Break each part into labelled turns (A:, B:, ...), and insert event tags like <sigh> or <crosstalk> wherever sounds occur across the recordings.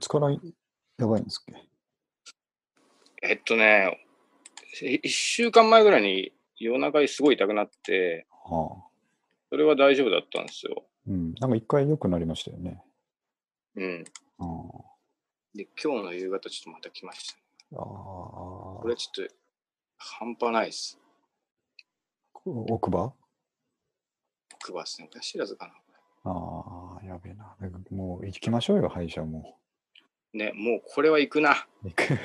A: つからやばいんですっけ
B: えっとね、1週間前ぐらいに夜中にすごい痛くなって、
A: ああ。
B: それは大丈夫だったんですよ。
A: うん。なんか一回良くなりましたよね。
B: うん。
A: ああ。
B: で、今日の夕方ちょっとまた来ましたね。
A: ああ
B: これちょっと半端ないです。
A: 奥歯
B: 奥歯ですね。親知らずか
A: ああ、やべえな。なんかもう行きましょうよ、歯医者も。
B: な。ね、もうこれは行くな。
A: 行く <laughs>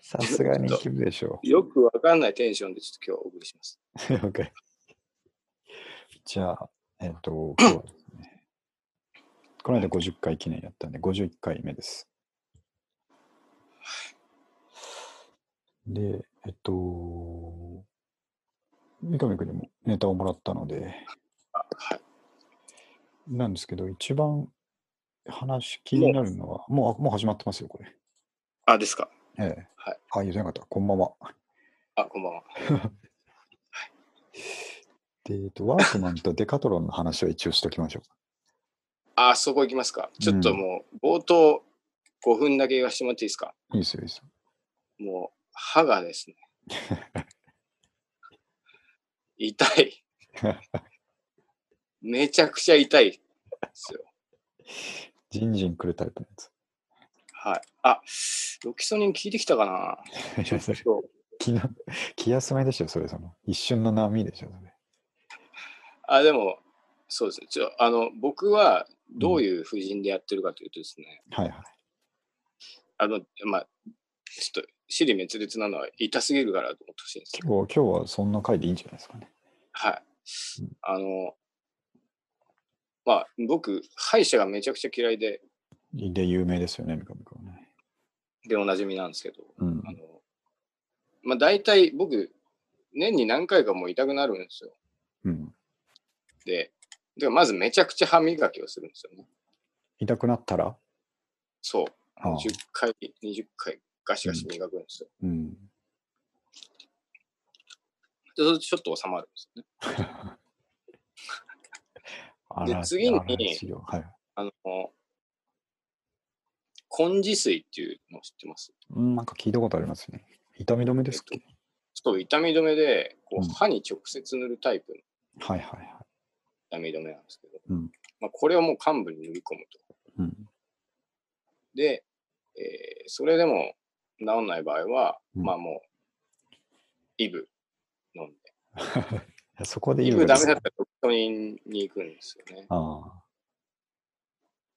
A: さすがに行くでしょ
B: よくわかんないテンションでちょっと今日はお送りします。
A: う。了解じゃあ、えっ、
B: <coughs>
A: と、今日はですね。この間50回記念やったんで、51回目です。で、えっと、三上君にもネタをもらったので、
B: あはい。
A: なんですけど、一番話気になるのは、もうあもう始まってますよ、これ。
B: あ、ですか。
A: ええ。
B: はい
A: あ、言ってなかった。こんばんは。
B: あ、こんばんは。
A: で、えっと、ワークマンとデカトロンの話を一応しときましょ
B: あ、そこ行きますか。ちょっともう、冒頭5分だけ言わせてもらっていいですか。
A: う。いいですよ、いいですよ。
B: もう、歯がですね。痛い。めちゃくちゃ痛いですよ。
A: ジンジンくるタイプのや
B: はい。あ、ロキソニン効いてきたかな
A: つ。いや、それ、
B: そう
A: 気の、気休めでしょ、それ、その。一瞬の波でしょ、それ。
B: あ、でも、そうですね。ちょあの僕はどういう婦人でやってるかというとですね、
A: はいはい。
B: あの、まあ、ちょっと、尻滅裂なのは痛すぎるからと思ってほしいんですけど、
A: 今日、今日はそんな回でいいんじゃないですかね。
B: はい
A: うん。
B: あの、まあ、僕、歯医者がめちゃくちゃ嫌いで、
A: で、有名ですよね、三上君はね。
B: でおなじみなんですけど、
A: うん
B: あ。の、まあ、大体僕、年に何回かもう痛くなるんですよ。
A: うん。
B: で、でまずめちゃくちゃ歯磨きをするんですよね。
A: 痛くなったら
B: そう。
A: ああ
B: 10回、20回、ガシガシ磨くんですよ。
A: うん。
B: で、それでちょっと収まるんですよね。
A: あ
B: 次に
A: はい。
B: あの、根治水っていうのを知ってます。
A: うん、なんか聞いたことありますね。痛み止めですっけ、
B: そう、痛み止めで、こ
A: うん
B: う歯に直接塗るタイプの
A: はいはいはい。
B: 痛み止めなんですけど、
A: うん
B: まあ、これをもう患部に塗り込むと。
A: うん。
B: で、えーそれでも治んない場合は、
A: うん
B: まあもう、イブ飲んで。
A: そこで
B: イ
A: 言
B: ブ
A: う
B: ダメだったらロキソニンに行くんですよね。
A: ああ。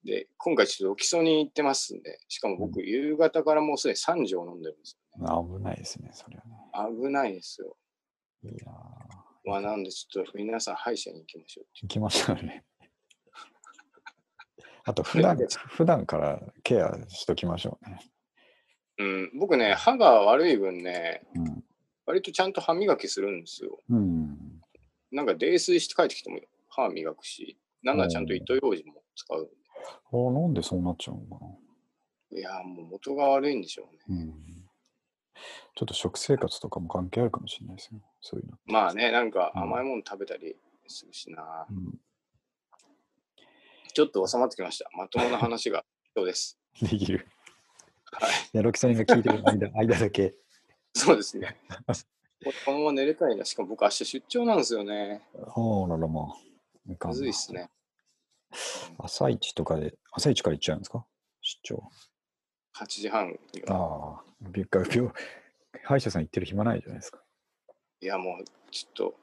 B: で、今回ちょっとロキソニン行ってますんで、しかも僕、夕方からもうすでに3錠飲んでるんです
A: 危ないですね、それはね。
B: よ。危ないですよ。
A: いやー
B: まあ、なんでちょっと皆さん歯医者に行きましょう。
A: 行きました <laughs> ね。あと、普段、普段からケアしときましょうね。
B: うん、僕ね、歯が悪い分ね、
A: うん。
B: 割とちゃんと歯磨きするんですよ。
A: うん。
B: なんか泥酔して帰ってきても歯磨くし、なんならちゃんと糸ようじも使う。
A: おなんでそうなっちゃうのか
B: いやー、もう元が悪いんでしょう
A: な。
B: ね。
A: うん。ちょっと食生活とかも関係あるかもしれないですよ。そういうの。
B: まあね、なんか
A: うん
B: 甘いもの食べたりするしな。
A: うん。
B: ちょっと収まってきました。まともな話
A: <laughs>
B: がそうです。
A: できる。
B: はい。
A: いや、ロキソニンが効いてる間、 <laughs> 間だけ。
B: そうで
A: <laughs>
B: すね。ここのまま寝れたいな。しかも僕明日出張なんですよね。
A: おーららまあ。いかん
B: む
A: な
B: ずいっすね。
A: 朝一とかで、朝一から行っちゃうんですか出張。
B: 8時半には。
A: ああ、病か病歯医者さん行ってる暇ないじゃないですか。
B: いや、もうちょっと、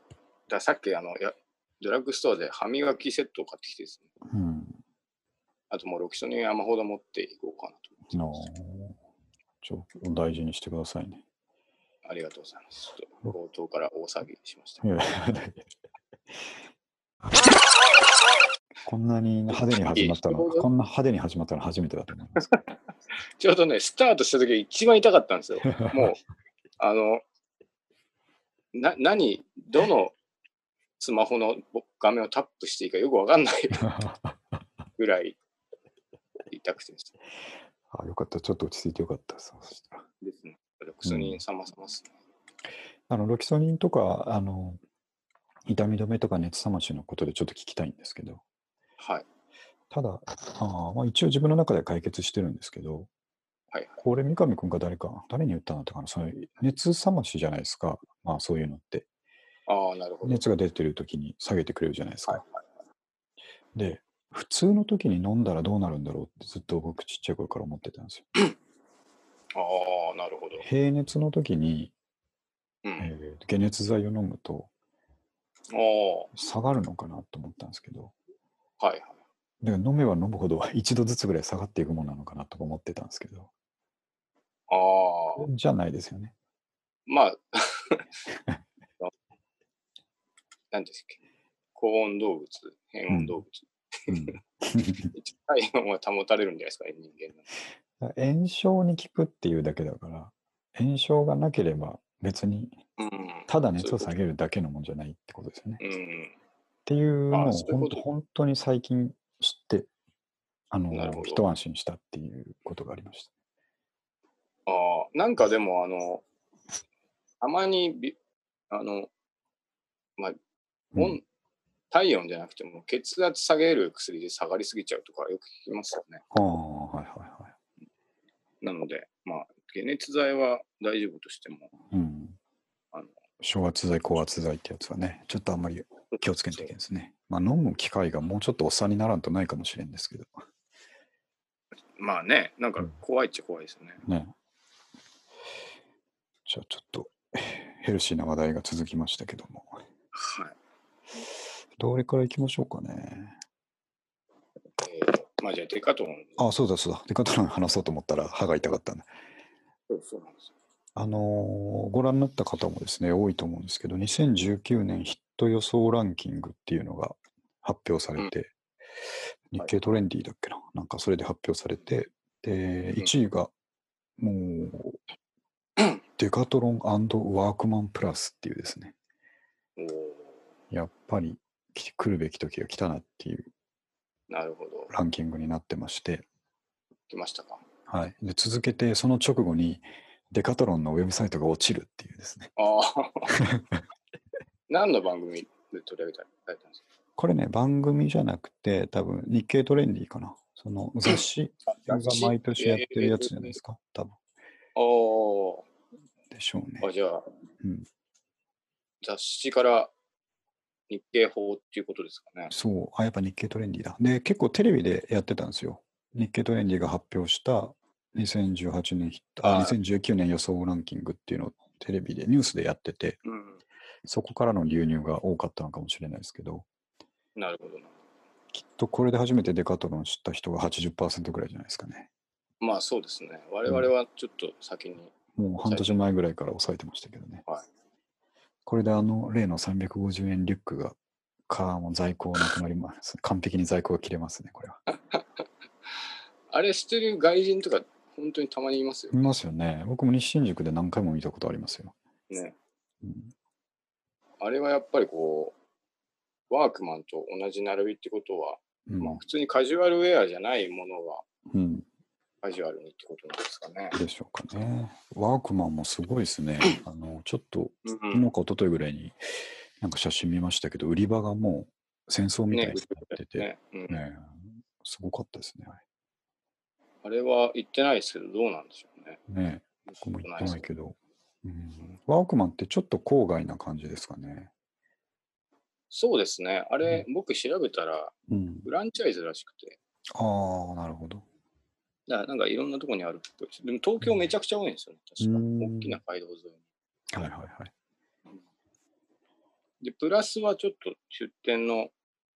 B: ださっきあのや、ドラッグストアで歯磨きセットを買ってきてですね。
A: うん。
B: あともうロキソニン山ほど持っていこうかなと思って
A: なあ
B: ます。
A: ちょお大事にしてくださいね。
B: ありがとうございます。ちょっと冒頭から大騒ぎしました
A: い。やいやこんなに派手に始まったの、 <laughs> こんな派手に始まったの初めてだと思います。
B: ちょうどね、スタートした時が一番痛かった
A: <laughs>
B: んですよ。もう、あの、な、何、どのスマホの画面をタップしていいかよくわかんないぐらい痛くてですね。
A: <laughs> あよかった、ちょっと落ち着いてよかったです。そしたら
B: ですね。ロキソニン様様ですね。
A: あのロキソニンとかあの痛み止めとか熱冷ましのことでちょっと聞きたいんですけど、
B: はい。
A: ただ、あーまあ、一応自分の中で解決してるんですけど、
B: はい
A: これ三上君か誰か、誰に言ったんだったかな、その熱冷ましじゃないですか、まあそういうのって。
B: ああ、なるほど。
A: 熱が出てる時に下げてくれるじゃないですか。
B: はい
A: で、普通の時に飲んだらどうなるんだろうってずっと僕ちっちゃい頃から思ってたんですよ。
B: ああ、なるほど。
A: 平熱の時に、
B: うん。あ
A: えー解熱剤を飲むと
B: あ
A: 下がるのかなと思ったんですけど、
B: ー、はいはい。
A: だから飲めば飲むほどは一度ずつぐらい下がっていくものなのかなとか思ってたんですけど、
B: ああ、
A: じゃないですよね。
B: まあ、 <laughs> 何ですっけ。高温動物、変温動物。
A: うんだ
B: 体温は保たれるんじゃないですかね、人間の。
A: から <laughs> 炎症に効くっていうだけだから、炎症がなければ別に
B: うん。
A: ただ熱を下げるだけのもんじゃないってことですよね。
B: うん。
A: っていうの
B: あ
A: を
B: そういう
A: 本
B: こと
A: 当本当に最近知って、あの
B: なるほど
A: 一安心したっていうことがありまし
B: ああ、なんかでも、あの、たまにび、あの、まあ、
A: た。うん
B: 温体温じゃなくても、血圧下げる薬で下がりすぎちゃうとかよく聞きますよね。
A: ああ、はいはいはい。
B: なので、まあ、解熱剤は大丈夫としても、
A: うん
B: あの。
A: 昇圧剤、高圧剤ってやつはね、ちょっとあんまり気をつけなきゃいけないですね。まあ、飲む機会がもうちょっとおっさんにならんとないかもしれんですけど。
B: まあね、なんか怖いっちゃ怖いですよね。
A: ね。じゃあちょっとヘルシーな話題が続きましたけども。
B: はい。
A: どれからいきましょうかね。
B: えーまあじゃあ、デカトン。
A: あそうだそうだ。デカトロン話そうと思ったら歯が痛かったんで。
B: そうそうなんですよ。
A: あのーご覧になった方もですね、多いと思うんですけど、2019年ヒット予想ランキングっていうのが発表されて、
B: ん
A: 日経トレンディだっけな、なんかそれで発表されて、で、
B: うん
A: 1位が、もう、デカトロンワークマンプラスっていうですね、
B: おー
A: やっぱりき来るべき時が来たなっていう
B: なるほど。
A: ランキングになってまして、
B: 来ましたか。
A: はい、で続けてその直後に、デカトロンのウェブサイトが落ちるっていうですね、
B: ああ。
A: <laughs>
B: 何の番組で取り上げられたん <laughs> です
A: これね、番組じゃなくて、多分日経トレンディかな。その雑誌
B: か
A: が毎年やってるやつじゃないです
B: か。
A: か。多分
B: お
A: でしょうね
B: ー。あ、じゃあ、
A: うん
B: 雑誌から日経法っていうことですかね。
A: そう。あ、やっぱ日経トレンディだ。で、結構テレビでやってたんですよ。日経トレンディが発表した2018年ヒット、あ、
B: はい
A: 2019年予想ランキングっていうのをテレビで、ニュースでやってて、
B: うん。
A: そこからの流入が多かったのかもしれないですけど、
B: なるほどな。
A: きっとこれで初めてデカトロン知った人が80%ぐらいじゃないですかね。
B: まあそうですね。我々はちょっと先に。
A: もう半年前ぐらいから抑えてましたけどね。
B: はい
A: これであの例の350円リュックが、かもう在庫なくなります。完璧に在庫が切れますね、これは。
B: あれしてる外人とか、本当にたまにいますよ
A: 見。ますよね。僕も西新宿で何回も見たことありますよ。
B: ね。
A: うん
B: あれはやっぱりこう、ワークマンと同じ並びってことは、
A: うん
B: まあ普通にカジュアルウェアじゃないものは
A: うん、
B: カジュアルにってことなんですかね。
A: でしょうかね。ワークマンもすごいですね。あのちょっと、
B: うん
A: もうか一昨日ぐらいに、なんか写真見ましたけど、売り場がもう戦争みたいになってて、
B: ねうん
A: ねすごかったですね。あ
B: あれは行ってないですけど、どうなんでしょうね。
A: れね僕も行ってないけど、うん、ワークマンってちょっと郊外な感じですかね。
B: そうですね。あれ、僕調べたら、
A: うん、
B: フランチャイズらしくて、
A: ああ、なるほど。
B: だからなんかいろんなとこにあるっぽいです。でも東京めちゃくちゃ多いんですよね。確か
A: うん
B: 大きな街道沿いに。
A: はいはいはい。
B: で、プラスはちょっと出店の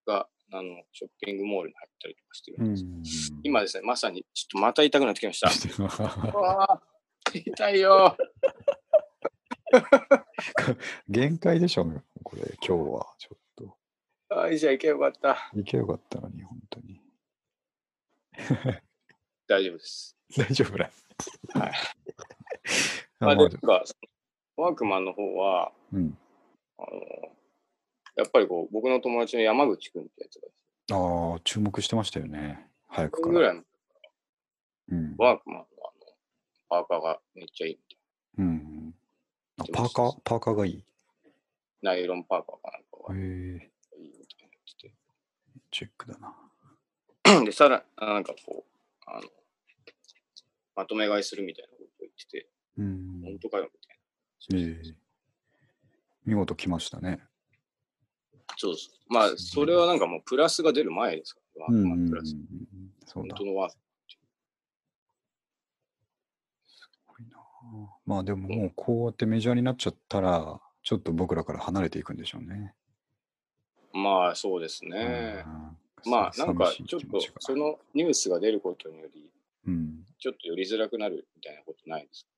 B: が、あの、ショッピングモールに入ったりとかしてる
A: うん
B: ですよ。
A: ん、
B: 今ですね、まさに、ちょっとまた痛くなってき
A: <laughs>
B: ました。うわー痛いよ。
A: 限界でしょうね、これ、今日は。ちょっと。
B: あー医者行けばよかった。
A: 行けばよかったのに、本当に。
B: 大丈夫です。
A: 大丈夫だ。
B: はい。
A: あ
B: ま
A: <laughs>
B: あ、
A: まあ
B: で、なんかそのワークマンの方は、
A: うん。
B: あの、やっぱりこう、僕の友達の山口くんってやつが、
A: ああ、注目してましたよね。早く
B: こ
A: か
B: れぐ
A: ら。
B: らいの
A: うん。
B: ワークマンのあのパーカーがめっちゃいいみたい
A: うん、あパーカーパーカーがいい。へ
B: な。ナイロンパーカーかなんか
A: え
B: がいいみたいな言ってて
A: チェックだな。
B: で、さらに、なんかこう、あの、まとめ買いするみたいなことを言ってて、
A: うん。
B: 本当かよ、みたい
A: え
B: な。
A: え見事来ましたね。
B: そうそう。まあ、それはなんかもうプラスが出る前ですから、
A: うん
B: まあ
A: うんうん
B: プ
A: う
B: ラ
A: ん
B: ス。。
A: そう
B: 本
A: だ。
B: 当のワード。
A: まあでももうこうやってメジャーになっちゃったら、ちょっと僕らから離れていくんでしょうね。
B: まあ、そうですね。
A: うん
B: まあ、なん
A: 寂
B: か
A: しい
B: ちょっ
A: 気
B: と
A: 持ちが
B: そのニュースが出ることにより、
A: うん、
B: ちょっと寄りづらくなるみたいなことないですか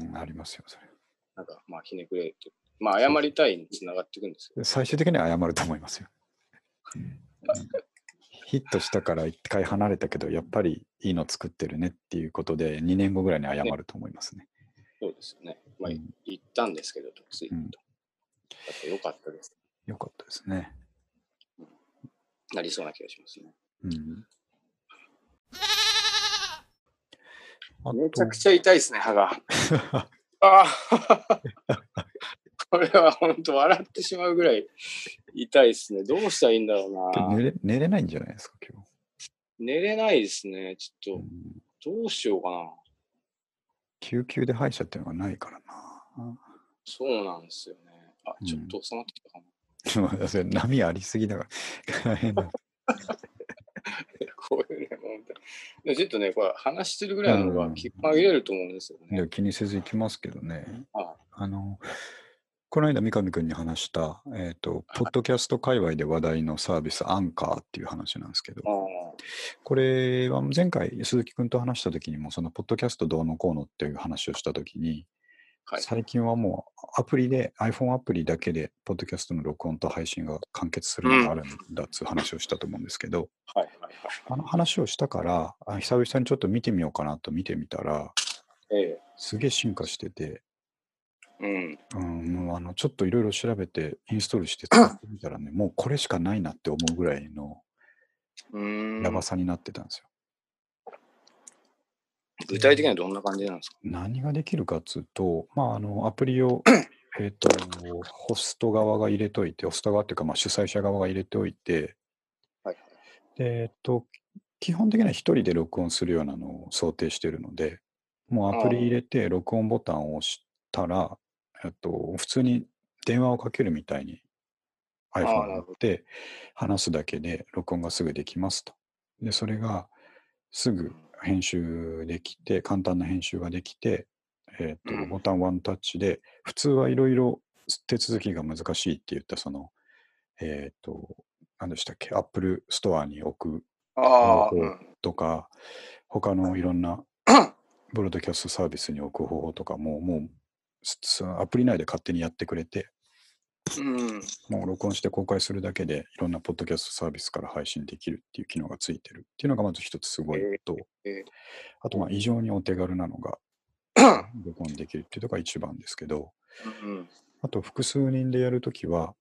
A: うんありますよ、それ。
B: なんか、まあ、ひねくれって。まあ、謝りたいにつながっていくんですけど。
A: 最終的には謝ると思いますよ。 <laughs> うんヒットしたから一回離れたけど、やっぱりいいの作ってるねっていうことで、2年後ぐらいに謝ると思いますね。
B: そうですよね。まあ
A: うん、
B: 言ったんですけど、ついと。
A: う
B: だ
A: ん
B: ってよかったです。
A: よかったですね。
B: なりそうな気がしますね。
A: うん、あと
B: めちゃくちゃ痛いですね、
A: <laughs>
B: 歯が。ああ。 <laughs> これは本当笑ってしまうぐらい痛いですね。どうしたらいいんだろう
A: 寝
B: な。
A: れ寝れないんじゃないですか、今
B: 寝れないですね。ち
A: 日。う
B: ょっ
A: ん
B: と、どうしようかな。
A: 救急で歯医者っていうのがないからな。 <laughs>
B: そうなんですよね。あ
A: う、ん
B: ちょっと収まってきたかな。 <laughs>
A: それ波ありすぎだから。 <laughs> 変な
B: こういうね、もう本当にでちょっとね、これ話してるぐらいの方が気分上げれると思うんですよ
A: い
B: ね。
A: や気にせず行きますけどね。
B: あ
A: あの、この間三上君に話した、えっ、と、ポッドキャスト界隈で話題のサービス、アンカーっていう話なんですけど、
B: あ
A: これは前回鈴木君と話した時にも、そのポッドキャストどうのこうのっていう話をした時に、
B: はい。
A: 最近はもうアプリで、iPhone アプリだけで、ポッドキャストの録音と配信が完結するのがあるんだっていう話をしたと思うんですけど、
B: はいはいはい
A: あの話をしたから、あ久々にちょっと見てみようかなと見てみたら、
B: はい。え
A: すげえ進化してて、
B: え。うん。
A: うん、もうあのちょっといろいろ調べてインストールして使ってみた
B: <laughs>
A: らね、もうこれしかないなって思うぐらいの
B: うーん
A: やばさになってたんですよ。
B: 具体的にはどんな感じなんですか
A: 何ができるかっつうと、まあ、あのアプリ
B: <laughs>
A: をえーとホスト側が入れといて、ホスト側っていうか、まあ、主催者側が入れておいて、
B: はいはい。
A: でえー、と基本的には一人で録音するようなのを想定してるので、もうアプリ入れて録音ボタンを押したら、えっと普通に電話をかけるみたいに
B: ー
A: iPhone を
B: な
A: 持
B: る
A: っ
B: ほど
A: て話すだけで録音がすぐできますと。で、それがすぐ編集できて、簡単な編集ができて、えっ
B: う
A: と
B: ん
A: ボタンワンタッチで、普通はいろいろ手続きが難しいって言った、その、えっと、何でしたっけ、Apple ストアに置く
B: ああ、
A: うん
B: うん
A: とか、他のいろんなブロードキャストサービスに置く方法とかも、もうすすアプリ内で勝手にやってくれて、
B: うん。
A: もう録音して公開するだけで、いろんなポッドキャストサービスから配信できるっていう機能がついてるっていうのがまず一つすごいのと、
B: えー
A: あとまあ異常にお手軽なのが、録音できるっていうのが一番ですけど、
B: うん。
A: あと複数人でやるときは、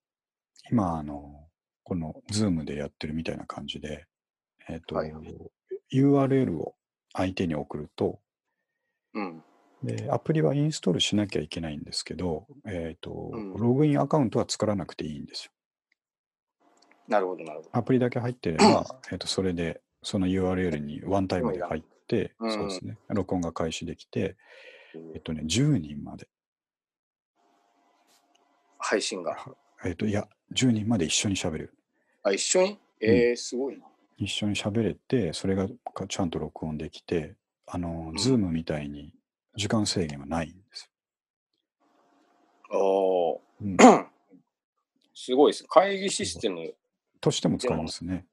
A: 今、あの、この Zoom でやってるみたいな感じで、えっ、と、
B: はい
A: URL を相手に送ると、
B: うん。
A: で、アプリはインストールしなきゃいけないんですけど、えっ、と、
B: うん
A: ログインアカウントは作らなくていいんですよ。
B: なるほど、なるほ
A: アプリだけ入ってれば、えっと、それで、その URL にワンタイムで入って、
B: うん
A: そうですね、録音が開始できて、えっ
B: ど。
A: とね、10人まで、
B: 配信が。
A: えっと、いや、10人まで一緒に喋る。
B: あ、一緒にええ、すごいな。
A: 一緒に喋れて、それがかちゃんと録音できて、あの
B: ん、
A: ズームみたいに時間制限はないんです
B: あ
A: よ。 <laughs> うん
B: あ。すごいです。会議システム。
A: としても使えますね。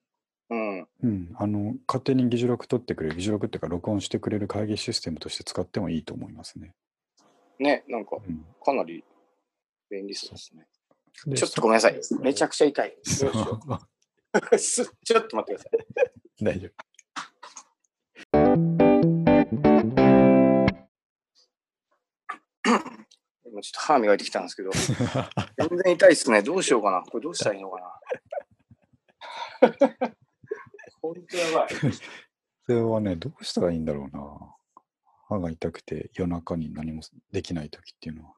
B: うん。
A: うん、あの勝手に議事録取ってくれる、議事録っていうか、録音してくれる会議システムとして使ってもいいと思いますね。
B: ね、なんか、
A: うん、
B: かなり便利そうですね。
A: で
B: ちょっとごめんなさい。めちゃ <laughs> くちゃ痛い。
A: そ
B: どうしよ
A: う
B: うすちょっと待ってくださ
A: <laughs>
B: い。
A: 大丈夫。
B: 今ちょっと歯磨いてきたんですけど、全然痛いですね。どうしようかな。これどうしたらいいのかな。 <laughs> 本当やばい。
A: それはね、どうしたらいいんだろうな。歯が痛くて夜中に何もできない時っていうの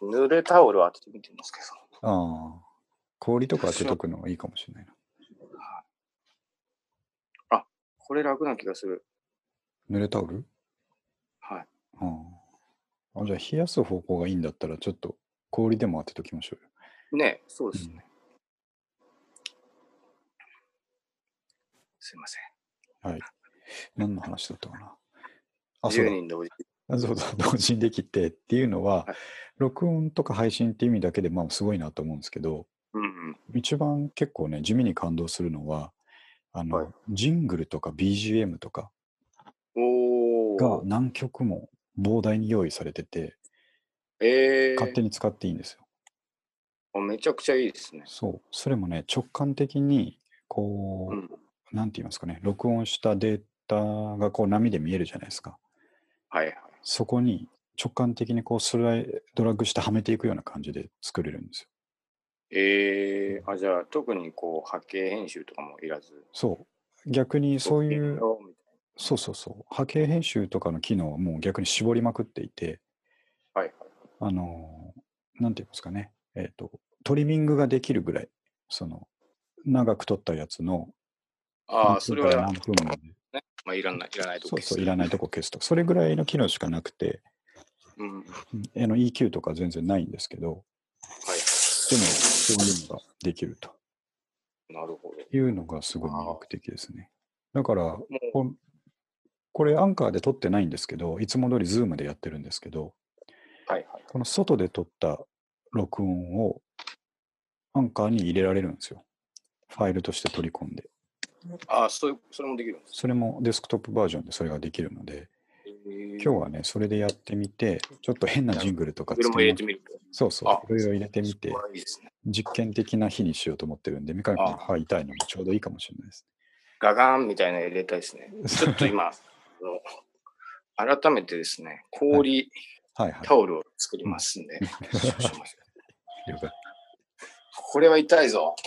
B: 濡れタオルを当ててみてますけど、
A: は。ああ、氷とか当てとくのがいいかもしれないな。
B: これ楽な気がする。
A: 濡れタオル
B: はい。
A: うん。あじゃあ、冷やす方向がいいんだったら、ちょっと氷でも当てときましょうよ。
B: ねえそうです
A: うん
B: ね。すいません。
A: 何の話だったかな。あ、そう
B: 10
A: だ。
B: 人同時。
A: あそうだ。同時にできてっていうのは、
B: はい
A: 録音とか配信っていう意味だけで、まあ、すごいなと思うんですけど、
B: うんうん。
A: 一番結構ね、地味に感動するのは、あの、
B: はい
A: ジングルとか BGM とか
B: お
A: が
B: ー。
A: 何曲も膨大に用意されてて、
B: え
A: 勝手
B: ー、
A: に使っていいんですよ。
B: あめちゃくちゃいいですね。
A: そう。それもね、直感的に、こ
B: う
A: う、
B: ん。
A: なんて言いますかね、録音したデータがこう波で見えるじゃないですか。
B: はいはい。
A: そこに直感的にこうスライドラッグしてはめていくような感じで作れるんですよ。
B: えー、あ、じゃあ特にこう波形編集とかもいらず。
A: そう。逆にそういう、
B: こうみたい
A: そうそうそう、波形編集とかの機能はもう逆に絞りまくっていて、
B: なはいはい。
A: あのー、なんて言いますかね、えっ、と、トリミングができるぐらい、その、長く撮ったやつの、
B: ああ、そ
A: 何
B: れ
A: 分から
B: は
A: 何、分まで、
B: まあ、いらない、いらないと
A: そ
B: こ
A: う
B: です。
A: そう、いらないとこ消すとか、それぐらいの機能しかなくて、
B: うん。はい。
A: うんあの EQ とか全然ないんですけど、でも、そういうのができると
B: なるほど。
A: いうのがすごい魅力的ですね。だから、
B: もう、
A: ここれ、アンカーで撮ってないんですけど、いつも通り Zoom でやってるんですけど、
B: はいはい。
A: この外で撮った録音をアンカーに入れられるんですよ。ファイルとして取り込んで。
B: ああ、そういう、それもできるんです。
A: それもデスクトップバージョンでそれができるので、
B: 今
A: 今日はね、それでやってみて、ちょっと変なジングルとか
B: それも
A: 作
B: 入
A: り
B: れ
A: ま
B: てみる。
A: そうそう、いろいろ入れてみて
B: そこ、はいいですね。
A: 実験的な日にしようと思ってるんで、三上君の
B: あ
A: 歯痛いのもちょうどいいかもしれないです。
B: ガガーンみたいなの入れたいです <laughs> ね。ちょっと今、あの改めてですね、氷
A: はいはい。
B: タオルを作りますんで、少々お待ちください
A: 了解
B: <laughs> これは痛いぞ。 <laughs>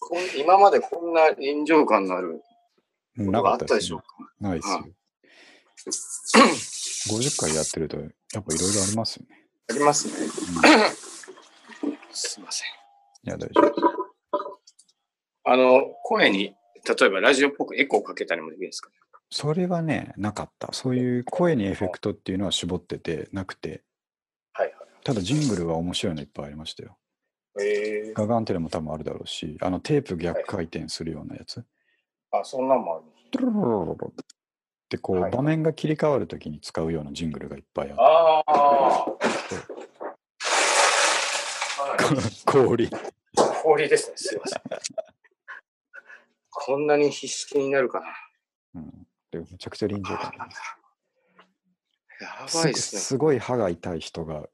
B: こん今までこんな臨場感のあるこ
A: な
B: と
A: か
B: があ
A: っ
B: ったた
A: で
B: でし
A: す
B: ょう
A: ね
B: か。。
A: ないですよ。50回やってると、やっぱいろいろありますよ
B: <laughs>
A: ね。
B: ありますね。
A: うんい
B: すいません。
A: や、大丈夫。
B: あの、声に、例えばラジオっぽくエコーかけたりもできるんですか
A: それはね、なかった。そういう声にエフェクトっていうのは絞っててなくて、
B: はい
A: ただジングルは面白いのいっぱいありましたよ。
B: はい。えー、
A: ガガンテレも多分あるだろうし、あのテープ逆回転するようなやつ。
B: あ、そんなんもある。
A: ドロロロロロってこ
B: は
A: う
B: い
A: 場面が切り替わるときに使うようなジングルがいっぱいあって
B: ああ。かなり
A: <laughs> 氷。
B: 氷ですね。すいません。こんなに必死になるかな。
A: うん、でめちゃくちゃ臨場感あります。
B: やば
A: す
B: い
A: ご
B: ですね。
A: すごい歯が痛い人が、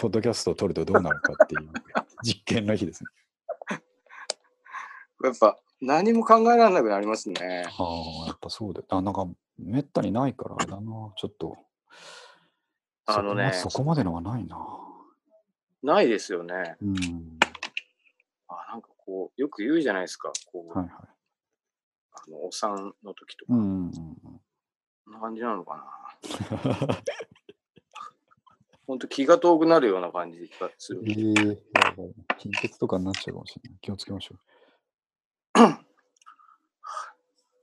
A: ポッドキャストを撮るとどうなるかっていう <laughs> 実験の日ですね。
B: やっぱ何も考えられなくなりますね。
A: ああ、やっぱそうだよ。あなんか、めったにないから、あれだな、ちょっと。
B: あのね
A: そこまそこまでのはないな。
B: ないですよね。
A: うん。
B: あなんかこう、よく言うじゃないですか。こう、
A: はいはい。
B: あのお産の時とか、
A: うんう
B: こ
A: んうん。
B: んな感じなのかな。 <laughs> ほんと気が遠くなるような感じがする
A: え。えやばい。貧血とかになっちゃうかもしれない。気をつけ
B: <clears throat>
A: ましょう。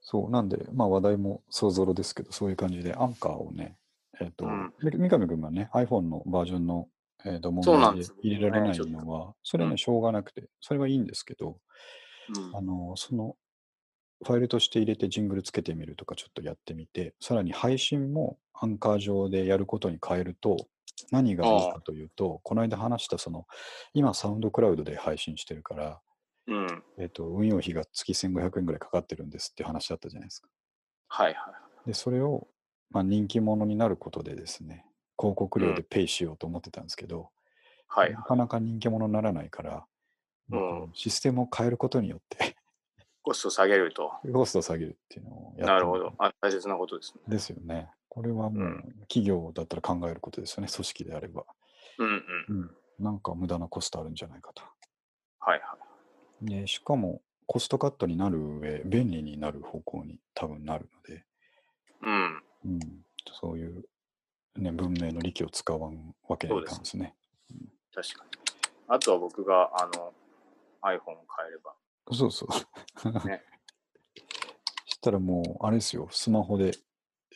A: そう、なんで、まあ話題もそぞろですけど、そういう感じで、アンカーをね、えっ、と、
B: うん
A: み三上君がね、iPhone のバージョンの、えー、と問
B: そうな
A: 題
B: ん
A: で
B: ですよ
A: 入れられない
B: ねちょっ
A: のは、それは
B: う
A: ね、
B: ん
A: しょうがなくて、それはいいんですけど、
B: うん
A: あの、その、ファイルとして入れてジングルつけてみるとかちょっとやってみて、さらに配信もアンカー上でやることに変えると、何がいいかというと、この間話したその、今サウンドクラウドで配信してるから、
B: うん。
A: えっ、と、運用費が月1500円ぐらいかかってるんですって話だったじゃないですか。
B: はいはい。
A: で、それを、まあ、人気者になることでですね、広告料でペイしようと思ってたんですけど、
B: はい
A: な。かなか人気者にならないから、
B: うん
A: もうシステムを変えることによって、 <laughs>
B: コスト下げると。
A: コストを下げるっていうのをやって
B: なるほど。あ大切なことですね。
A: ですよね。これはも
B: う
A: う企業だったら考えることですよね、組織であれば。
B: うんうん。
A: なんか無駄なコストあるんじゃないかと。
B: はいはい。
A: でしかも、コストカットになる上、便利になる方向に多分なるので、
B: うん。
A: うん、そういう、ね、文明の利器を使わんわけにはいかんですね。
B: 確かに。あとは僕があの iPhone を変えれば。
A: そうそう。 <laughs>
B: ね
A: したらもう、あれですよ、スマホで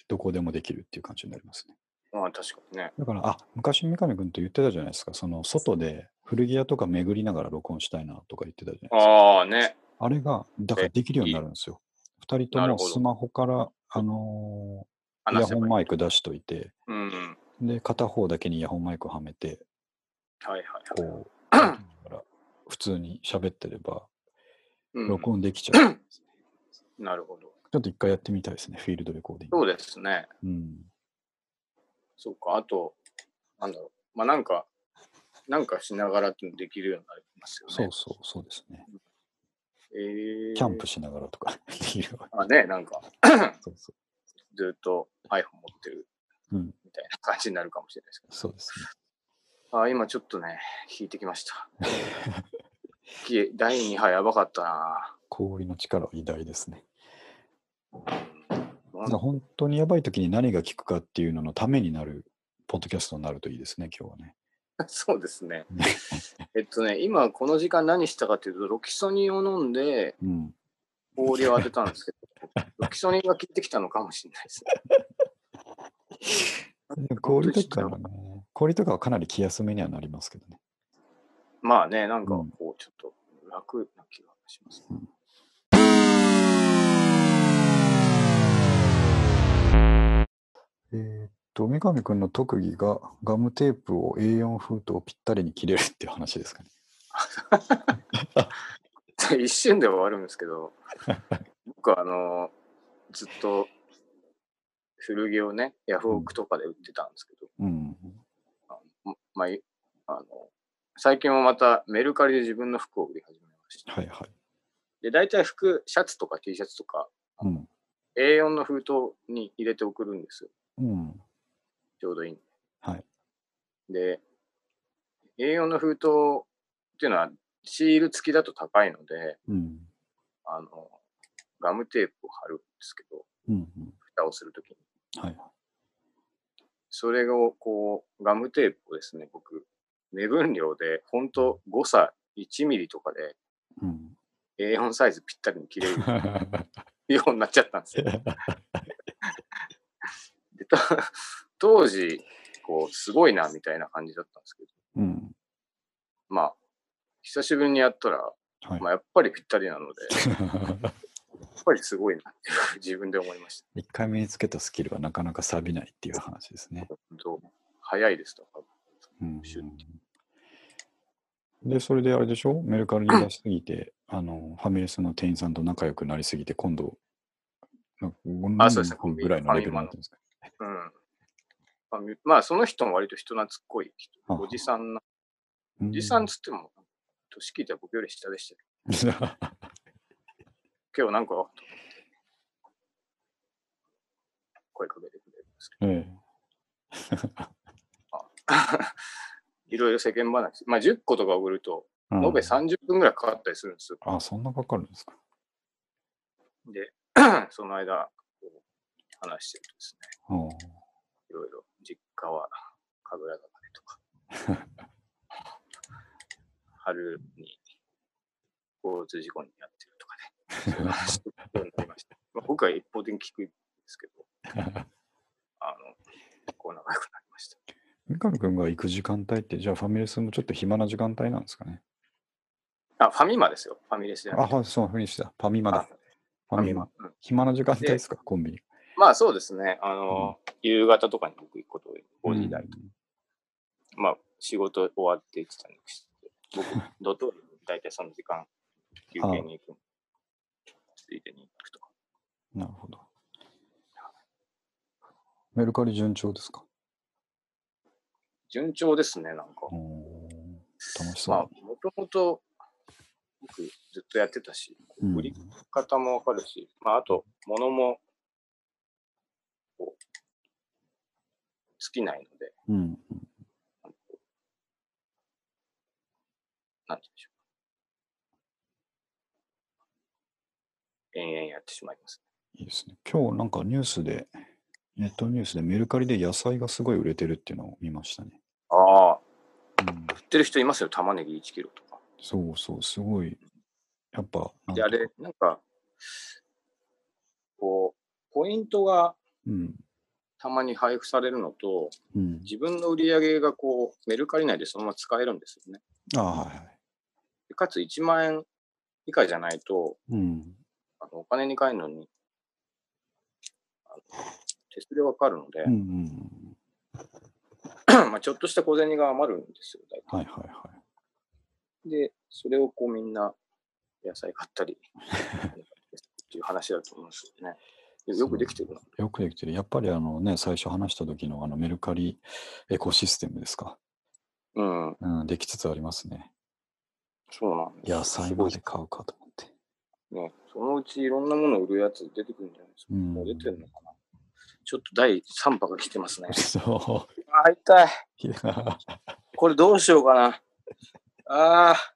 A: どこでもできるっていう感じになりますね。
B: まあ確かにね。
A: だから、あ、昔三上君と言ってたじゃないですか、その外で古着屋とか巡りながら録音したいなとか言ってたじゃないですか。
B: ああね。
A: あれが、だから
B: え
A: できるようになるんですよ。二人と
B: なる
A: も
B: ほど
A: スマホから、あのーイヤ
B: 話せ
A: ホ
B: ば
A: ン
B: いい。
A: マイク出しといて、
B: うんうん。
A: で、片方だけにイヤホンマイクはめて、
B: はいはいはい。
A: こう、歩きながら普通に喋ってれば、
B: うん
A: 録音できちゃう。
B: なるほど。
A: ちょっと一回やってみたいですね、フィールドレコーディン
B: そ
A: グ。
B: うですね。
A: うん。
B: そうか。あと、なんだろう。まあなんか、なんかしながらっていうのできるようになりますよね。
A: そうそう、そうですね。
B: えー
A: キャンプしながらとかできるわ
B: あね、なんか、
A: そうそ
B: ずっと iPhone 持ってる
A: う。うん、
B: みたいな感じになるかもしれないですけ
A: そうですね。
B: ど。あー今ちょっとね、引いてきま
A: <laughs>
B: した。き第2波やばかったな。 <laughs>
A: 氷の力は偉大ですね。
B: な
A: だ
B: ん
A: から本当にやばい時に何が効くかっていうののためになる、ポッドキャストになるといいですね、今日はね。
B: そうですね。えっとね、今この時間何したかというと、ロキソニンを飲んで
A: うん。
B: 氷を当てたんですけど、
A: <laughs>
B: ロキソニンが効いてきたのかもしれないですね。
A: で氷とかはね、氷とかはかなり気休めにはなりますけどね。
B: まあね、なんか
A: うん
B: こう、ちょっと楽な気がします。
A: えーっと、三上君の特技がガムテープを A4 封筒をぴったりに切れるっていう話ですかね。
B: <laughs> 一瞬で終わるんですけ
A: <laughs>
B: ど、僕はあの、ずっと古着をね、ヤフオクとかで売ってたんですけど、
A: うん。
B: ままあ、いあの最近もまたメルカリで自分の服を売り始めました。
A: はいはい。
B: で、大体服、シャツとか T シャツとか、
A: うん。
B: A4 の封筒に入れて送るんですよ。
A: うん。
B: ちょうどいいんで。
A: はい。
B: で、A4 の封筒っていうのはシール付きだと高いので、
A: うん。
B: あの、ガムテープを貼るんですけど、
A: うん、
B: 蓋をするときに。
A: うん。はい。
B: それをこう、ガムテープをですね、僕、目分量で、ほんと誤差1ミリとかで
A: うん <laughs>
B: A4 サイズぴったりに切れるようになっちゃったんですよ。でと <laughs> 当時、こう、すごいな、みたいな感じだったんですけど、
A: うん。
B: まあ、久しぶりにやったら、
A: はい。
B: まあ、やっぱりぴったりなので、やっぱりすごいなっていう自分で思いました。
A: <laughs> 一回身につけたスキルはなかなか錆びないっていう話ですね。
B: 本当早いですとか。
A: うん
B: シュッ
A: で、それであれでしょメルカリに出しすぎて、あの、ファミレスの店員さんと仲良くなりすぎて、今度、な
B: あそうですね
A: 5人ぐらいのレベルになってるんですか
B: うんまあみ。まあ、その人も割と人懐っこい人。
A: あ
B: おじさんな、
A: う
B: おじさんつっても、年聞いたら僕より下でしたけど、今日なんか、声かけてくれるんですけ
A: <laughs> ええ
B: ど、いろいろ世間話、まあ、10個とか送ると、
A: うん
B: 延べ30分ぐらいかかったりするんですよ。
A: あ、そんなかかるんですか
B: で、 <clears throat> その間、こう話してるとですね、
A: あ <laughs> あ
B: いろいろ実家は神楽坂でとか、
A: <laughs>
B: 春に交通事故になってるとかね、そういう話をするようになりました。まあ、僕は一方的に聞くんですけど、
A: <laughs>
B: あの、こう仲良くなりました。
A: 三上君が行く時間帯って、じゃあファミレスもちょっと暇な時間帯なんですかね
B: あ、ファミマですよ。ファミレスじゃな
A: あ、
B: くて
A: はい、そう、ファミレスだ。ファミマ
B: あ
A: だ。ファミマ。
B: うん
A: 暇な時間帯ですか、コンビニ。
B: まあそうですね、あの、夕方とかに僕行くこと多い、5時台、まあ仕事終わって一旦にして、僕、ドトールに大体その時間、休憩に行く。ついでに行くとか。
A: うんなるほど。メルカリ順調ですか
B: 順調ですね、なんか。
A: おー楽しそう
B: ま
A: だ
B: あ、もともと、僕、ずっとやってたし、
A: うん
B: 売り方もわかるし、まあ、あと、物も、こう、尽きないので、
A: うん。
B: なんて言うんでしょう。延々やってしまいます。
A: いいですね。今日なんかニュースで、ネットニュースでメルカリで野菜がすごい売れてるっていうのを見ましたね。
B: ああ、
A: うん
B: 売ってる人いますよ、玉ねぎ1キロとか。
A: そうそう、すごい。やっぱ、なん
B: で、
A: か
B: あれ、なんか、こう、ポイントが
A: うん。
B: たまに配布されるのと、
A: うん、
B: 自分の売り上げがこう、メルカリ内でそのまま使えるんですよね。
A: ああ、はいはい。
B: でかつ1万円以下じゃないと、
A: うん。
B: あのお金に換えるのに、あの手数料がかかるので、
A: うんうんうん。
B: まあちょっとした小銭が余るんですよ、大体
A: はいはいは
B: で、それをこうみんな野菜買
A: <laughs>
B: ったりっていう話だと思うんですよね。でよくできてるな。
A: い。よくできてる。やっぱりあのね、最初話した時のあのメルカリエコシステムですか。
B: うん、
A: うん、できつつありますね。
B: そうなんです。
A: 野菜まで買うかと思って。 <laughs>
B: ね、そのうちいろんなもの売るやつ出てくるんじゃないですか。
A: うん。
B: もう出てるのかな。ちょっと第3波が来てますね
A: そ
B: <laughs> あー、痛い。
A: う。いや、
B: これどうしようかな。ああ、